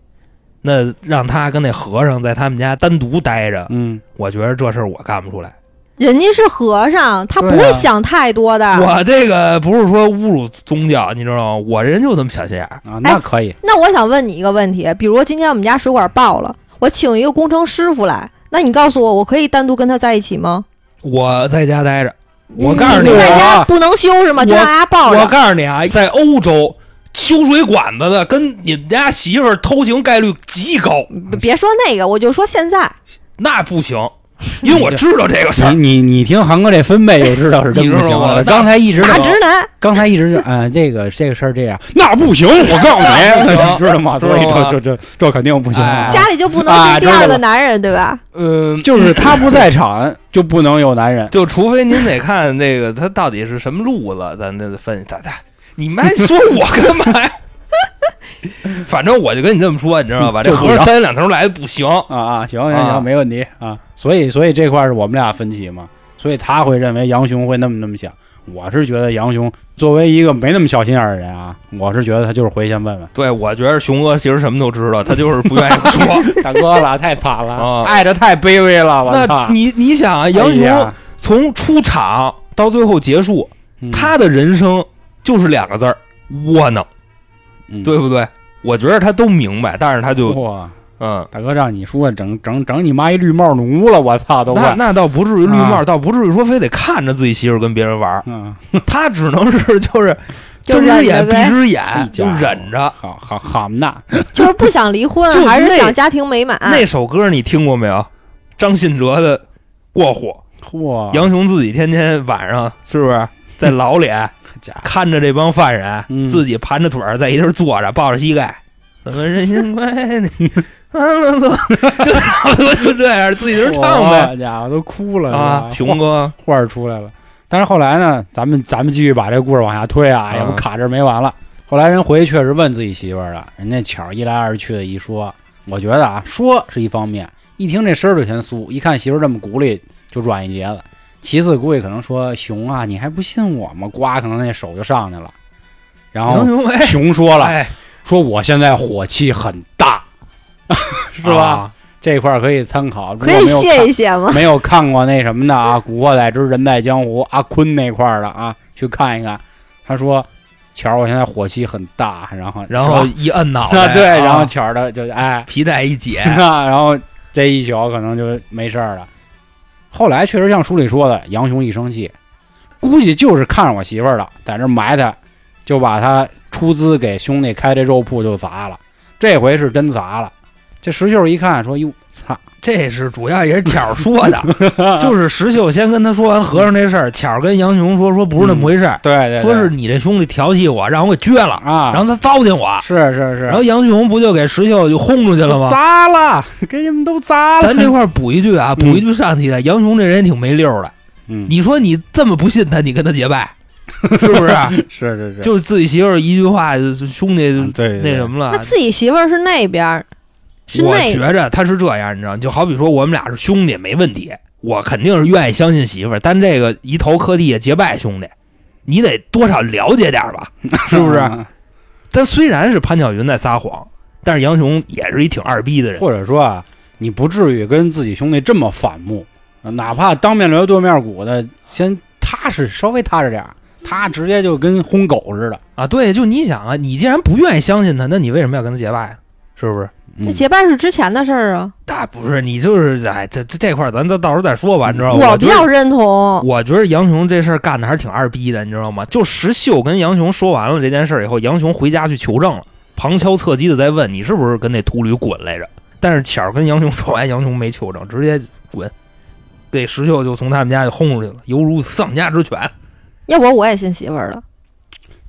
S2: 那让他跟那和尚在他们家单独待着，
S1: 嗯，
S2: 我觉得这事儿我干不出来。
S3: 人家是和尚，他不
S1: 对啊
S3: 会想太多的。
S2: 我这个不是说侮辱宗教，你知道吗？我人就这么小心眼儿。
S3: 哎
S1: 啊，那可以，
S3: 那我想问你一个问题，比如今天我们家水管爆了，我请一个工程师傅来，那你告诉我，我可以单独跟他在一起吗？
S2: 我在家待着，我告诉你啊
S3: 你在家
S1: 我
S3: 不能修是吗？就
S2: 我
S3: 让大家抱
S2: 我
S3: 着。
S2: 告诉你啊，在欧洲修水管子的跟你们家媳妇儿偷情概率极高，
S3: 别别说那个，我就说现在，
S2: 那不行，因为我知道这个事儿。
S1: 你你你听韩哥这分贝就知道是真不
S2: 你知
S1: 行
S2: 道吗
S1: 了。
S2: 那
S1: 刚才一直
S3: 大
S1: 就
S3: 直男
S1: 刚才一直就啊、这个 这个事儿这样，那不 行，我告诉
S2: 那不
S1: 你，
S2: 行
S1: 你知道吗？
S2: 知
S1: 所
S2: 道
S1: 以
S2: 吗
S1: 这这这这肯定不行、
S2: 哎
S3: 家里就不能
S1: 啊
S3: 生第
S1: 知道
S3: 二个
S1: 了
S3: 男人，对吧？
S2: 嗯，
S1: 就是他不在场就不能有男人。
S2: 就除非您得看那个他到底是什么路子，咱得分析咱咱。你们还说我干嘛 呀？反正我就跟你这么说，你知 道吧？这
S1: 就不
S2: 和尚
S1: 让
S2: 三言两头来不行，
S1: 啊啊，行行
S2: 啊
S1: 行，没问题啊。所以所以这块儿是我们俩分歧嘛，所以他会认为杨雄会那么那么想。我是觉得杨雄作为一个没那么小心眼儿的人啊，我是觉得他就是回先问 问
S2: 对，我觉得熊哥其实什么都知道，他就是不愿意说。
S1: 大哥了，太惨了，
S2: 啊
S1: 爱的太卑微了，我
S2: 那
S1: 操！
S2: 你你想啊，杨
S1: 哎
S2: 雄
S1: 呀
S2: 从出场到最后结束，
S1: 嗯
S2: 他的人生就是两个字儿窝囊，
S1: 嗯哦
S2: 对不对？我觉得他都明白，但是他就
S1: 哇，
S2: 嗯，
S1: 大哥让你说整整整你妈一绿帽奴了，我操都
S2: 那
S1: 快。
S2: 那倒不至于绿帽，
S1: 啊
S2: 倒不至于说非得看着自己媳妇儿跟别人玩儿，
S1: 嗯，
S2: 他只能是 就是睁
S3: 忍
S2: 只眼闭
S3: 着 呗，
S2: 只
S1: 哎
S2: 眼，就
S1: 家伙
S2: 忍着。
S1: 好好好嘛呐，
S3: 就是不想离 婚
S2: 就，
S3: 还是
S2: 那
S3: 想家庭美满。
S2: 那首歌你听过没有？张信哲的《过火》，
S1: 嚯，
S2: 杨雄自己天天晚上是不是 在牢里
S1: 家伙
S2: 看着这帮犯人，
S1: 嗯
S2: 自己盘着腿儿在一地儿坐着，抱着 膝盖，怎么人心乖呢？完了，怎么就差不多就这样，自己在这儿唱呗
S1: 好家伙都哭了
S2: 啊！
S1: 是吧
S2: 熊哥，
S1: 画儿出来了。但是后来呢，咱们咱们继续把这故事往下推啊，
S2: 嗯
S1: 也不卡这儿没完了。后来人回去确实问自己媳妇儿了，人家巧儿一来二去的一说，我觉得啊，说是一方面，一听这声儿就嫌酥，一看媳妇儿这么鼓励，就软一截子。其次，估计可能说熊啊，你还不信我吗？呱，可能那手就上去了。然
S2: 杨
S1: 后
S2: 雄哎，
S1: 熊说哦了，
S2: 哎，
S1: 说我现在火气很大，是吧？
S2: 啊？
S1: 这块儿可以参考，如果
S3: 可以
S1: 没有看
S3: 谢一谢吗？
S1: 没有看过那什么的啊，《古惑仔之人在江湖》阿坤那块儿的啊，去看一看。他说：“巧儿，我现在火气很大。”然后，
S2: 然后
S1: 是吧
S2: 一摁脑
S1: 啊，
S2: 袋，
S1: 对，
S2: 啊
S1: 然后巧儿的就哎，，
S2: 皮带一解
S1: 然后这一宿可能就没事儿了。后来确实像书里说的，杨雄一生气，估计就是看上我媳妇儿了，在那儿埋汰，就把他出资给兄弟开这肉铺就砸了。这回是真砸了。这石秀一看说：“哟，操！
S2: 这是主要也是巧儿说的， 就是石秀先跟他说完和尚这事儿，巧儿跟杨雄说说不是那么回事儿，
S1: 对嗯对对，
S2: 说是你这兄弟调戏我，让我给撅了，
S1: 啊，
S2: 然后他糟践我，
S1: 是是是，
S2: 然后杨雄不就给石秀就轰出去了吗？
S1: 砸了，给你们都砸了。
S2: 咱这块儿补一句啊，补一句上去的，杨雄这人也挺没溜儿的，
S1: 嗯，
S2: 你说你这么不信他，你跟他结拜，是 不是？
S1: 是是是，
S2: 就自己媳妇儿一句话，就兄弟
S1: 嗯
S2: 就
S1: 对
S2: 那什。么了
S3: 那。自己媳妇儿是那边儿，是
S2: 我
S3: 那
S2: 觉着他是这样，你知道，就好比说我们俩是兄弟，没问题，我肯定是愿意相信媳妇儿，但这个一头磕地结拜兄弟，你得多少了解点儿吧，是不 是？
S1: 嗯
S2: 但虽然是潘巧云在撒谎，但是杨雄也是一挺二逼的人，
S1: 或者说啊，你不至于跟自己兄弟这么反目，呃哪怕当面锣对面鼓的，先踏实，稍微踏实点儿。他直接就跟轰狗似的，
S2: 啊，对，就你想啊，你既然不愿意相信他，那你为什么要跟他结拜啊？是不是？
S1: 嗯
S3: 那结拜是之前的事儿啊，
S2: 那不是你就是哎，这这这块儿咱到到时候再说吧，你知道吗？
S3: 我
S2: 觉
S3: 比
S2: 得
S3: 较认同。
S2: 我觉得杨雄这事儿干的还是挺二逼的，你知道吗？就石秀跟杨雄说完了这件事儿以后，杨雄回家去求证了，旁敲侧击的在问你是不是跟那秃驴滚来着？但是巧儿跟杨雄说完，杨雄没求证，直接滚，给石秀就从他们家就轰出去了，犹如丧家之犬。
S3: 要不我也信媳妇儿了，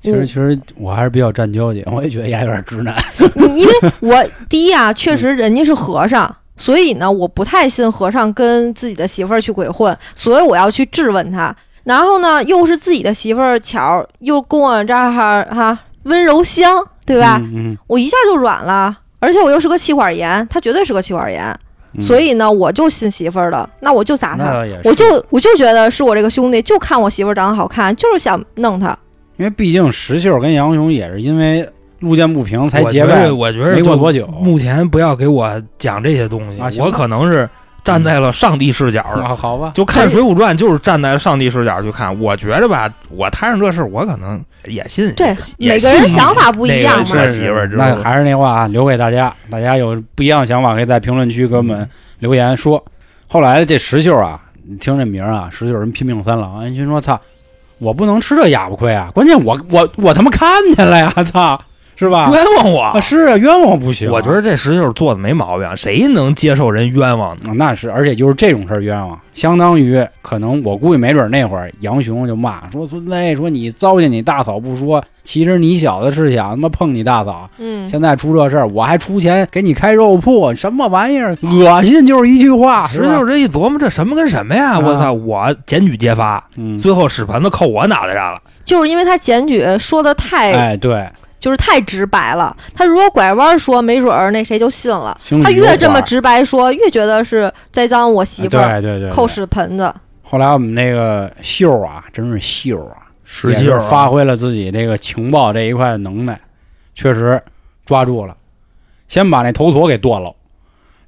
S1: 其实其实我还是比较占交情，我也觉得丫有点直男。
S3: 嗯因为我第一啊，确实人家是和尚，所以呢，我不太信和尚跟自己的媳妇儿去鬼混，所以我要去质问他。然后呢，又是自己的媳妇儿巧儿，又跟我这儿哈、温柔乡对吧？
S1: 嗯，嗯
S3: 我一下就软了，而且我又是个气管炎，他绝对是个气管炎，
S1: 嗯
S3: 所以呢，我就信媳妇儿了，啊那我就砸他，
S2: 那也是
S3: 我就我就觉得是我这个兄弟，就看我媳妇儿长得好看，就是想弄他。
S1: 因为毕竟石秀跟杨雄也是因为路见不平才
S2: 我
S1: 结
S2: 觉
S1: 拜
S2: 得，我觉得
S1: 没过
S2: 就
S1: 多久
S2: 目前不要给我讲这些东西，
S1: 啊行
S2: 我可能是站在了上帝视角了。
S1: 啊，好吧，
S2: 就看《水浒传》，就是站在上帝视角去看。我觉着吧，我摊上这事儿，我可能也信。
S3: 对，
S2: 也
S3: 每
S2: 信
S3: 个人想法不
S2: 那个
S3: 一样
S2: 是
S3: 嘛。
S2: 他媳妇儿知道
S1: 那还是那话啊，留给大家，大家有不一样的想法可以在评论区给我们留言说。后来这石秀啊，你听这名儿啊，石秀人拼命三郎，安心说操，我不能吃这哑巴亏啊！关键我我我他妈看见了呀， 操，是吧？
S2: 冤枉我。
S1: 啊，是啊，冤枉不行。
S2: 我觉得这石就是做的没毛病，谁能接受人冤枉呢？
S1: 啊那是，而且就是这种事儿冤枉，啊相当于可能我估计没准那会儿杨雄就骂说孙子，哎说你糟践你大嫂不说，其实你小子是想他妈碰你大嫂，
S3: 嗯，
S1: 现在出这事儿，我还出钱给你开肉铺，什么玩意儿？恶心就是一句话，
S2: 哦石
S1: 吧
S2: 啊就是这一琢磨，这什么跟什么呀？
S1: 啊
S2: 我操！我检举揭发，
S1: 嗯，
S2: 最后屎盆子扣我脑袋上了。
S3: 就是因为他检举说的太、
S1: 哎，对，
S3: 就是太直白了，他如果拐弯说，没准儿那谁就信了。
S1: 心里
S3: 他
S1: 有
S3: 越这么
S1: 管
S3: 直白说，越觉得是栽赃我媳妇儿，
S1: 哎对对对，
S3: 扣
S1: 对。
S3: 屎盆子。
S1: 后来我们那个秀啊，真是秀啊，
S2: 石
S1: 也
S2: 秀
S1: 是
S2: 啊
S1: 发挥了自己这个情报这一块的能耐，确实抓住了，先把那头陀给剁了，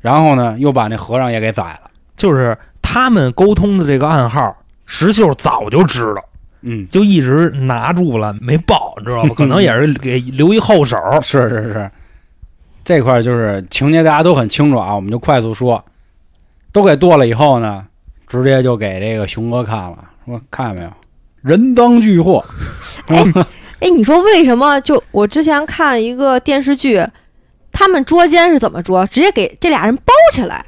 S1: 然后呢，又把那和尚也给宰了。
S2: 就是他们沟通的这个暗号，石秀早就知道，
S1: 嗯，
S2: 就一直拿住了没报，你知道 吗？可能也是给留一后 手。
S1: 是是是，这块儿就是情节大家都很清楚啊，我们就快速说，都给剁了以后呢，直接就给这个熊哥看了，说看见没有，人赃俱获，
S3: 哎，你说为什么？就我之前看一个电视剧，他们捉奸是怎么捉？直接给这俩人包起 来，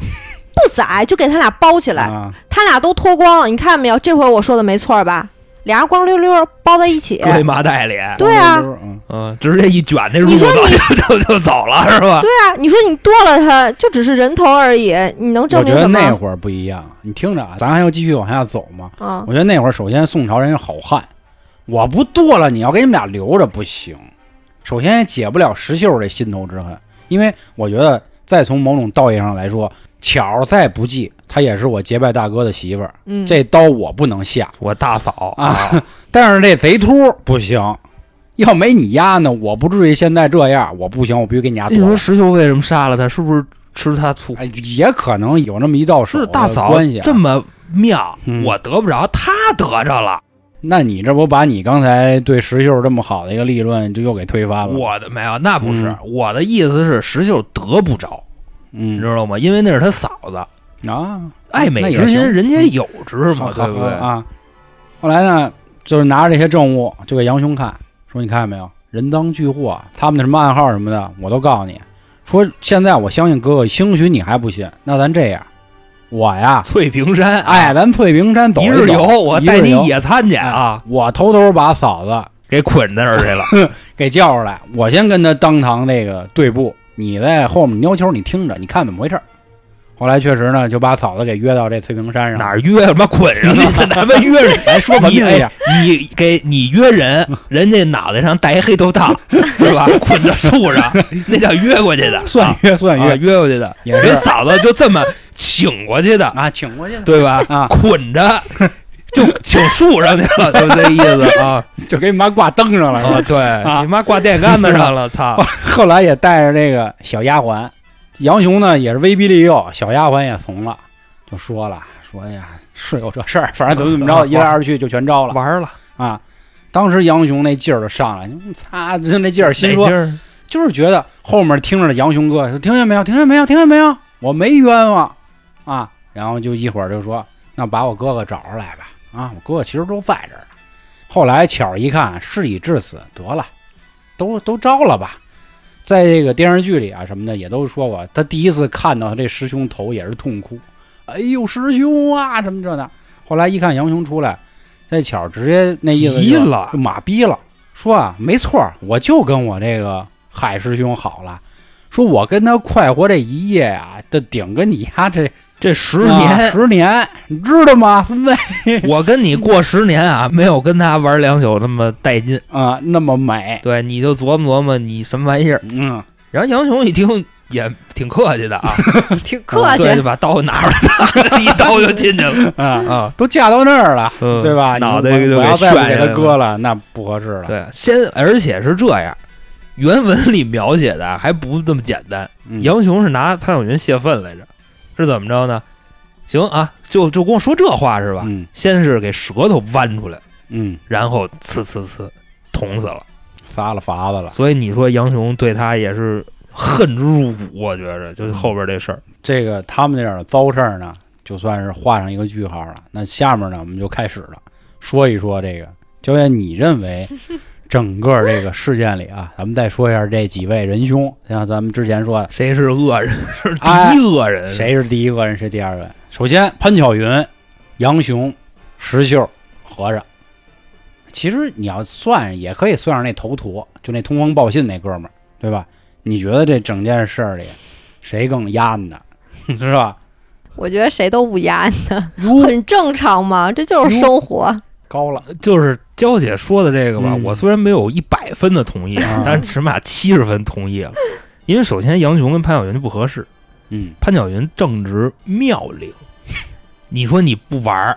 S3: 不宰就给他俩包起来，
S1: 啊，
S3: 他俩都脱光了。你看见没有？这回我说的没错吧？俩人光溜溜包在一起，
S2: 龟麻袋里，
S3: 对啊
S1: 嗯，
S2: 嗯，直接一卷那褥
S3: 你
S2: 子
S3: 说
S2: 就就就走了，是吧？
S3: 对啊，你说你剁了他，就只是人头而已，你能证
S1: 我觉
S3: 明
S1: 得
S3: 什
S1: 那
S3: 么？
S1: 会儿不一样，你听着啊，咱还要继续往下走吗？
S3: 嗯，
S1: 我觉得那会儿，首先宋朝人是好汉，我不剁了，你要给你们俩留着不行。首先也解不了石秀这心头之恨，因为我觉得再从某种道义上来说，巧儿再不济，她也是我结拜大哥的媳妇儿，
S3: 嗯，
S1: 这刀我不能下。
S2: 我大嫂
S1: 啊， 但是这贼秃不行，要没你丫呢，我不至于现在这样，我不行，我必须给你丫
S2: 你
S1: 剁
S2: 哎说
S1: 了。
S2: 石秀为什么杀了他？是不是吃他醋？
S1: 哎，也可能有那么一道手
S2: 是
S1: 的
S2: 大嫂
S1: 关系啊、
S2: 这么妙
S1: 嗯，
S2: 我得不着，他得着了，
S1: 那你这不把你刚才对石秀这么好的一个立论，就又给推翻了？
S2: 我的没有，那不是
S1: 啊嗯
S2: 我的意思是石秀得不着，你
S1: 嗯
S2: 知道吗？因为那是他嫂子，
S1: 啊，
S2: 爱美之心，人
S1: 嗯
S2: 家有之嘛，对不对？
S1: 啊，后来呢，就是拿着这些证物就给杨雄看，说你看见没有，人赃俱获，啊他们的什么暗号什么的，我都告诉你。说现在我相信哥哥，兴许你还不信，那咱这样，我呀，
S2: 翠屏山，
S1: 哎，咱翠屏山走
S2: 一
S1: 走
S2: 日游，我带你
S1: 一日游哎
S2: 野餐去啊，
S1: 我偷偷把嫂子
S2: 给捆在那儿去了。
S1: 啊给叫出来，我先跟他当堂这个对簿，你在后面瞄球，你听着，你看怎么回事儿。后来确实呢，就把嫂子给约到这翠屏山上，
S2: 哪儿约什么捆上的？咱们约 人，
S1: 还说文
S2: 你
S1: 明一
S2: 哎
S1: 点，
S2: 你给你约 人，人家脑袋上戴一黑头套，是吧？捆在树上，那叫约过去的，
S1: 算
S2: 啊
S1: 约算
S2: 啊
S1: 约，
S2: 约过去的。
S1: 也是
S2: 人嫂子就这么请过 去的，
S1: 啊，请过去
S2: 对吧？
S1: 啊
S2: 捆着就请树上去了，就这意思 啊
S1: 就给你妈挂灯上了。是吧
S2: 啊！对你妈挂电杆子上了，操！
S1: 后来也带着这个小丫鬟，杨雄呢也是威逼利诱，小丫鬟也怂了，就说了说哎呀是有这事儿，反正怎么怎么着，一来二去就全招了
S2: 玩了，
S1: 啊。当时杨雄那劲儿就上来，你擦，就那劲儿，心说
S2: 哪劲儿
S1: 就是觉得后面听着的杨雄哥说听见没有，听见没有，听见没有，我没冤枉啊。然后就一会儿就说那把我哥哥找出来吧啊，我哥哥其实都在这儿呢。后来巧儿一看事已至此，得了，都都招了吧。在这个电视剧里啊什么的也都说过，他第一次看到他这师兄头也是痛哭，哎呦师兄啊什么这的。后来一看杨雄出来，这巧儿直接那意思
S2: 急
S1: 就嗯
S2: 了
S1: 就马逼了，说啊没错儿，我就跟我这个海师兄好了，说我跟他快活这一夜啊，这顶跟你丫、这
S2: 这十
S1: 啊
S2: 年，
S1: 十年，你知道吗，孙子
S2: 我跟你过十年啊，没有跟他玩两宿那么带劲。
S1: 啊，那么美，
S2: 对，你就琢磨琢磨你什么玩意儿。
S1: 嗯，
S2: 然后杨雄一听也挺客气的 啊，
S3: 挺客气。
S2: 对，就把刀拿出来， 一刀就进 去了
S1: 啊，
S2: 啊，
S1: 都嫁到那儿了，
S2: 嗯
S1: 对吧？
S2: 脑
S1: 你
S2: 袋就
S1: 我我要再
S2: 炫
S1: 不给
S2: 下来
S1: 他
S2: 了
S1: 割了，那不合适了。
S2: 对，先而且是这样，原文里描写的还不这么简单。
S1: 嗯
S2: 杨雄是拿潘晓云泄愤来着，是怎么着呢？行啊，就就跟我说这话是吧？
S1: 嗯
S2: 先是给舌头剜出来，
S1: 嗯，
S2: 然后刺刺刺捅死了。
S1: 撒了法子了。
S2: 所以你说杨雄对他也是恨之入骨，我觉着就是后边这事儿。
S1: 这个他们这样的糟事儿呢，就算是画上一个句号了。那下面呢，我们就开始了，说一说这个教练，你认为整个这个事件里啊，咱们再说一下这几位仁兄，像咱们之前说的，
S2: 谁是恶人？是
S1: 哎
S2: 第一恶人？？
S1: 谁是第一个人，谁第二个人？首先，潘巧云、杨雄、石秀、和尚。其实你要算，也可以算上那头陀，就那通风报信那哥们儿，对吧？你觉得这整件事儿里，谁更压 呢？是吧？
S3: 我觉得谁都不压 的，
S1: 哟，
S3: 很正常嘛，这就是生活。
S1: 高了。
S2: 就是娇姐说的这个吧，
S1: 嗯
S2: 我虽然没有一百分的同意，
S1: 啊
S2: 但是起码七十分同意了。因为首先杨雄跟潘晓云就不合适，
S1: 嗯，
S2: 潘晓云正值妙龄，你说你不玩儿，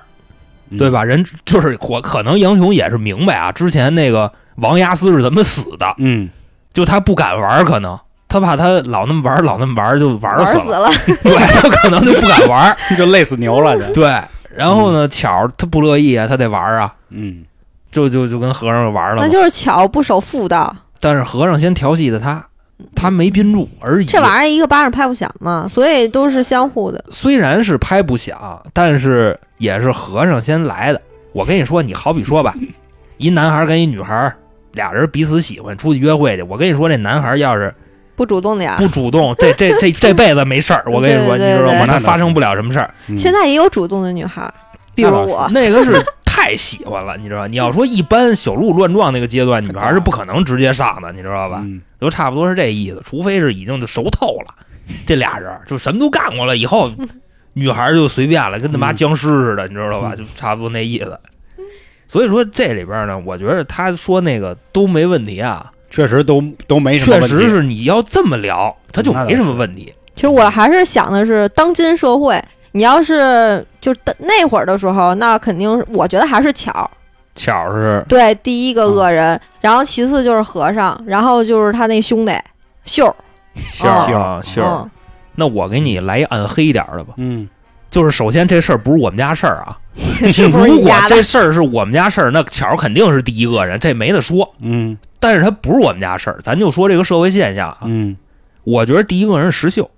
S1: 嗯
S2: 对？吧？人就是我，可能杨雄也是明白啊，之前那个王押司是怎么死的，
S1: 嗯，
S2: 就他不敢玩儿，可能他怕他老那么玩儿，老那么玩儿就玩儿
S3: 玩
S2: 死
S3: 死
S2: 了，
S3: 了，
S2: 对他可能就不敢 玩儿。
S1: 就累死牛了，就。
S2: 对，然后呢，巧儿他不乐意啊，他得玩儿啊，
S1: 嗯
S2: 就就就跟和尚玩儿了嘛
S3: 那。就是巧不守妇道。
S2: 但是和尚先调戏的他，他没宾住而已。
S3: 这玩意儿一个巴掌拍不响嘛，所以都是相互的。
S2: 虽然是拍不响，但是也是和尚先来的。我跟你说，你好比说 吧，一男孩跟一女孩，俩人彼此喜欢，出去约会去。我跟你说，这男孩要是
S3: 不主动点儿
S2: 不。主动，这这 这这辈子没事儿。我跟你说，
S3: 对对对
S2: 你知道吗？
S1: 对
S2: 他发生不了什么事儿。
S1: 嗯
S3: 现在也有主动的女孩儿，比如我，
S2: 那个是太喜欢了，你知道吧？你要说一般小鹿乱撞那个阶段，女孩是不可能直接上的，你知道吧？
S1: 嗯
S2: 就差不多是这意思，除非是已经就熟透了，这俩人儿就什么都干过了，以 后女孩儿就随便了，跟他妈
S1: 嗯
S2: 僵尸似的，你知道吧？
S1: 嗯
S2: 就差不多那意思。所以说这里边儿呢，我觉得他说那个都没问题啊，
S1: 确实都都没什么
S2: 确
S1: 问题，
S2: 实是你要这么聊，他就没什么问题。
S3: 其实我还是想的是当今社会，你要是就当那会儿的时候，那肯定是我觉得还是巧，
S2: 嗯巧是
S3: 对，第一个恶
S2: 嗯
S3: 人，然后其次就是和尚，然后就是他那兄弟秀儿，
S2: 秀
S3: 秀
S2: 啊秀
S1: 秀
S2: 儿，
S3: 嗯，
S2: 那我给你来一暗黑一点儿的吧，
S1: 嗯
S2: 就是首先这事儿不是我们家事儿啊，
S3: 是不是
S2: 如
S3: 一
S2: 果
S3: 家的
S2: 这？事儿是我们家事儿，那巧儿肯定是第一个人，这没得说。
S1: 嗯
S2: 但是他不是我们家事儿，咱就说这个社会现象啊。
S1: 嗯
S2: 我觉得第一个人是石秀，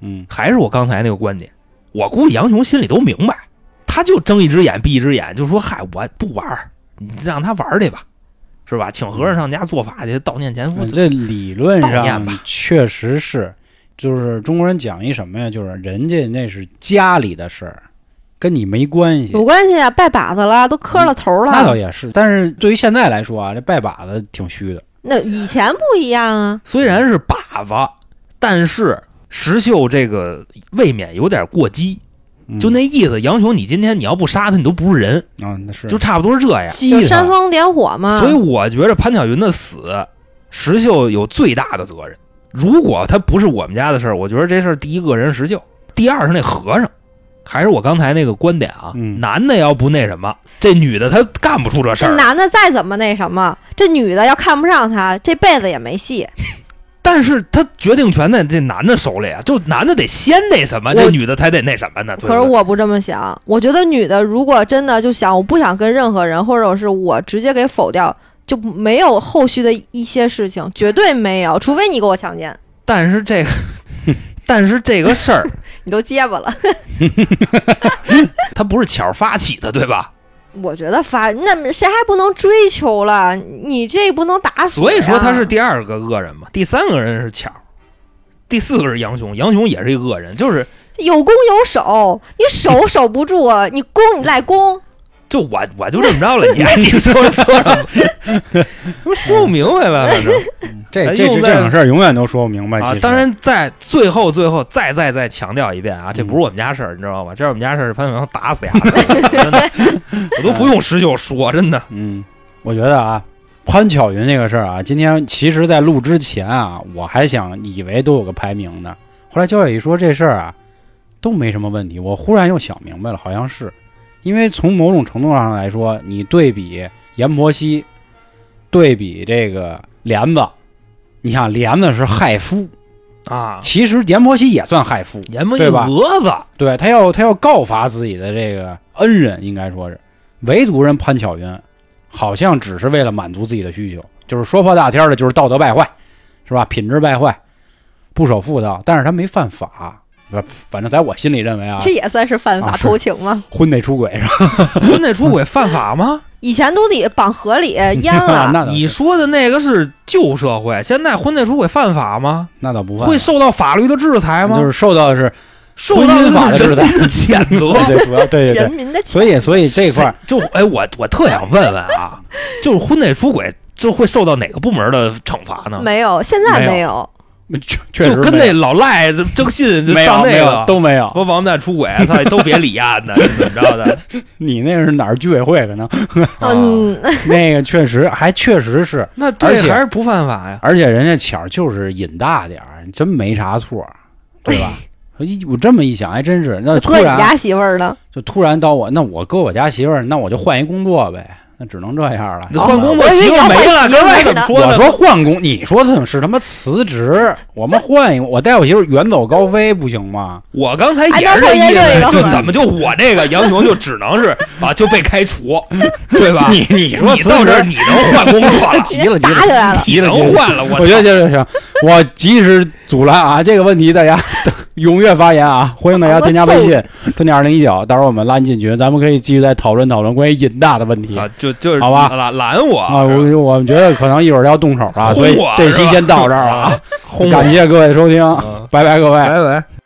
S1: 嗯
S2: 还是我刚才那个观点。我估计杨雄心里都明白，他就睁一只眼闭一只眼，就说：“嗨，我不玩儿，你让他玩儿去吧，是吧？请和尚上家做法去，悼念前夫。
S1: 嗯，这理论
S2: 悼念
S1: 上
S2: 吧
S1: 确实是，就是中国人讲一什么呀？就是人家那是家里的事儿，跟你没关系。
S3: 有关系啊，拜把子了，都磕了头
S1: 那倒
S3: 了。
S1: 也是，但是对于现在来说啊，这拜把子挺虚的。
S3: 那以前不一样啊，
S2: 虽然是靶子，但是石秀这个未免有点过激，
S1: 嗯
S2: 就那意思。杨雄，你今天你要不杀他，你都不是人，
S1: 啊，那是
S2: 就差不多是这样。”
S1: 激
S3: 就煽
S1: 他，
S3: 风点火嘛。
S2: 所以我觉得潘巧云的死，石秀有最大的责任。如果他不是我们家的事儿，我觉得这事儿第一个人是石秀，第二是那和尚，还是我刚才那个观点啊，
S1: 嗯
S2: 男的要不那什么，这女的她干不出这事
S3: 这
S2: 儿。
S3: 男的再怎么那什么，这女的要看不上他，这辈子也没戏。
S2: 但是他决定权在这男的手里啊，就男的得先那什么，
S3: 我
S2: 这女的才得那什么呢？对
S3: 可是
S2: 不对
S3: 我不这么想，我觉得女的如果真的就想我不想跟任何人，或者是我直接给否掉，就没有后续的一些事情，绝对没有，除非你给我强奸，
S2: 但是这个， 但是这个事儿，
S3: 你都结巴了。
S2: 他不是巧儿发起的，对吧？
S3: 我觉得发那谁还不能追求了？你这不能 打死呀、啊
S2: 所以说他是第二个恶人嘛，第三个人是巧儿，第四个是杨雄，杨雄也是一个恶人，就是
S3: 啊有攻有守，你守守不住，你攻你赖攻，
S2: 就我我就这么着了，你爱听说说什么？不是说不明白了，反正
S1: 这
S2: 哎
S1: 这
S2: 又
S1: 这
S2: 在
S1: 种事儿永远都说不明白。其
S2: 啊，
S1: 实
S2: 当然在最后最后再再再强调一遍
S1: 嗯
S2: 啊，这不是我们家事儿，你知道吗？这是我们家事儿，潘永阳打死丫的， 真的，我都不用十九说，真的。
S1: 嗯，我觉得啊，潘巧云这个事儿啊，今天其实在录之前啊，我还想以为都有个排名呢。后来焦野一说这事儿啊，都没什么问题。我忽然又想明白了，好像是，因为从某种程度上来说，你对比阎婆惜，对比这个帘子，你看帘子是害夫，
S2: 啊，
S1: 其实阎婆惜也算害夫，
S2: 阎么
S1: 嗯
S2: 一
S1: 对吧
S2: 蛾子，
S1: 对他要他要告发自己的这个恩人，应该说是，唯独人潘巧云，好像只是为了满足自己的需求，就是说破大天儿的，就是道德败坏，是吧？品质败坏，不守妇道，但是他没犯法，反反正在我心里认为啊
S3: 这，也算是犯
S1: 啊
S3: 法
S1: 是
S3: 偷情吗？
S1: 婚内出轨是吧？
S2: 婚内出轨犯法 吗？
S3: 以前都得绑河里淹
S1: 那
S3: 了，
S1: 倒
S2: 你说的那个是旧社会，现在婚内出轨犯法吗？
S1: 那倒不犯
S2: 会受到法律的制裁吗？
S1: 就是受到的 是
S2: 受
S1: 婚
S2: 到
S1: 姻法的制裁
S2: 人的谴责。
S1: 对对，主要对对
S3: 人
S1: 对，
S3: 民的
S1: 所以所以 这块儿
S2: 谁就哎，我我特想问问啊，就是婚内出轨，就会受到哪个部门的惩罚呢？
S3: 没有，现在
S1: 没有
S3: 没有，
S1: 确确
S2: 就
S1: 实
S2: 跟
S1: 没
S2: 那
S1: 有
S2: 老赖征信就
S1: 没有
S2: 上那
S1: 没
S2: 个
S1: 有都没有，
S2: 说王八蛋出轨，操，都别理案的，怎么着 的？
S1: 你那是哪儿居委会 可能
S2: 啊，
S3: 嗯，
S1: 那个确实还确实是。
S2: 那
S1: 而
S2: 对
S1: 且
S2: 还是不犯法呀？
S1: 而且人家巧儿就是瘾大点儿，真没啥错儿，对 吧？一我这么一想，还哎真是。那突
S3: 搁你
S1: 然
S3: 家媳妇儿呢？
S1: 就突然到我，那我搁我家媳妇儿，那我就换一工作呗，那只能这样了。
S2: 那换
S1: 作，
S2: 工作
S3: 我以为
S2: 媳妇
S3: 要
S2: 没了，
S3: 换媳妇
S2: 哥们
S3: 儿
S2: 儿怎么
S3: 呢
S2: 说
S1: 我
S2: 呢？
S1: 说换工，你说这是他妈辞职？我们换一个，我带我媳妇儿远走高飞不行吗？
S2: 我刚
S1: 啊
S2: 才
S3: 哎
S2: 也
S3: 那
S2: 是这
S3: 我也
S2: 意
S3: 这
S2: 思，
S3: 个
S2: 就怎么就我这个杨雄就只 能是啊就被开除，对吧？
S1: 你你说辞
S2: 到这儿
S1: 职，
S2: 你能换工作 了，
S1: 急了急
S3: 打起
S1: 了。
S3: 来了，
S2: 你能换了，
S1: 我觉
S2: 我
S1: 得
S2: 操！
S1: 这就行，我及时阻拦啊！这个问题大家 踊跃发言啊！欢迎大家添加微信“春点二零一九”，到时候我们拉你进群，咱们可以继续再讨论讨论关于瘾大的问题。
S2: 啊，就就是
S1: 好吧
S2: 拦拦我
S1: 啊，我我们觉得可能一会儿要动手了，
S2: 轰
S1: 所以
S2: 我
S1: 这期
S2: 是吧
S1: 先到这儿了啊！
S2: 啊，轰我
S1: 感谢各位收听，
S2: 啊
S1: 拜拜各位。
S2: 拜拜。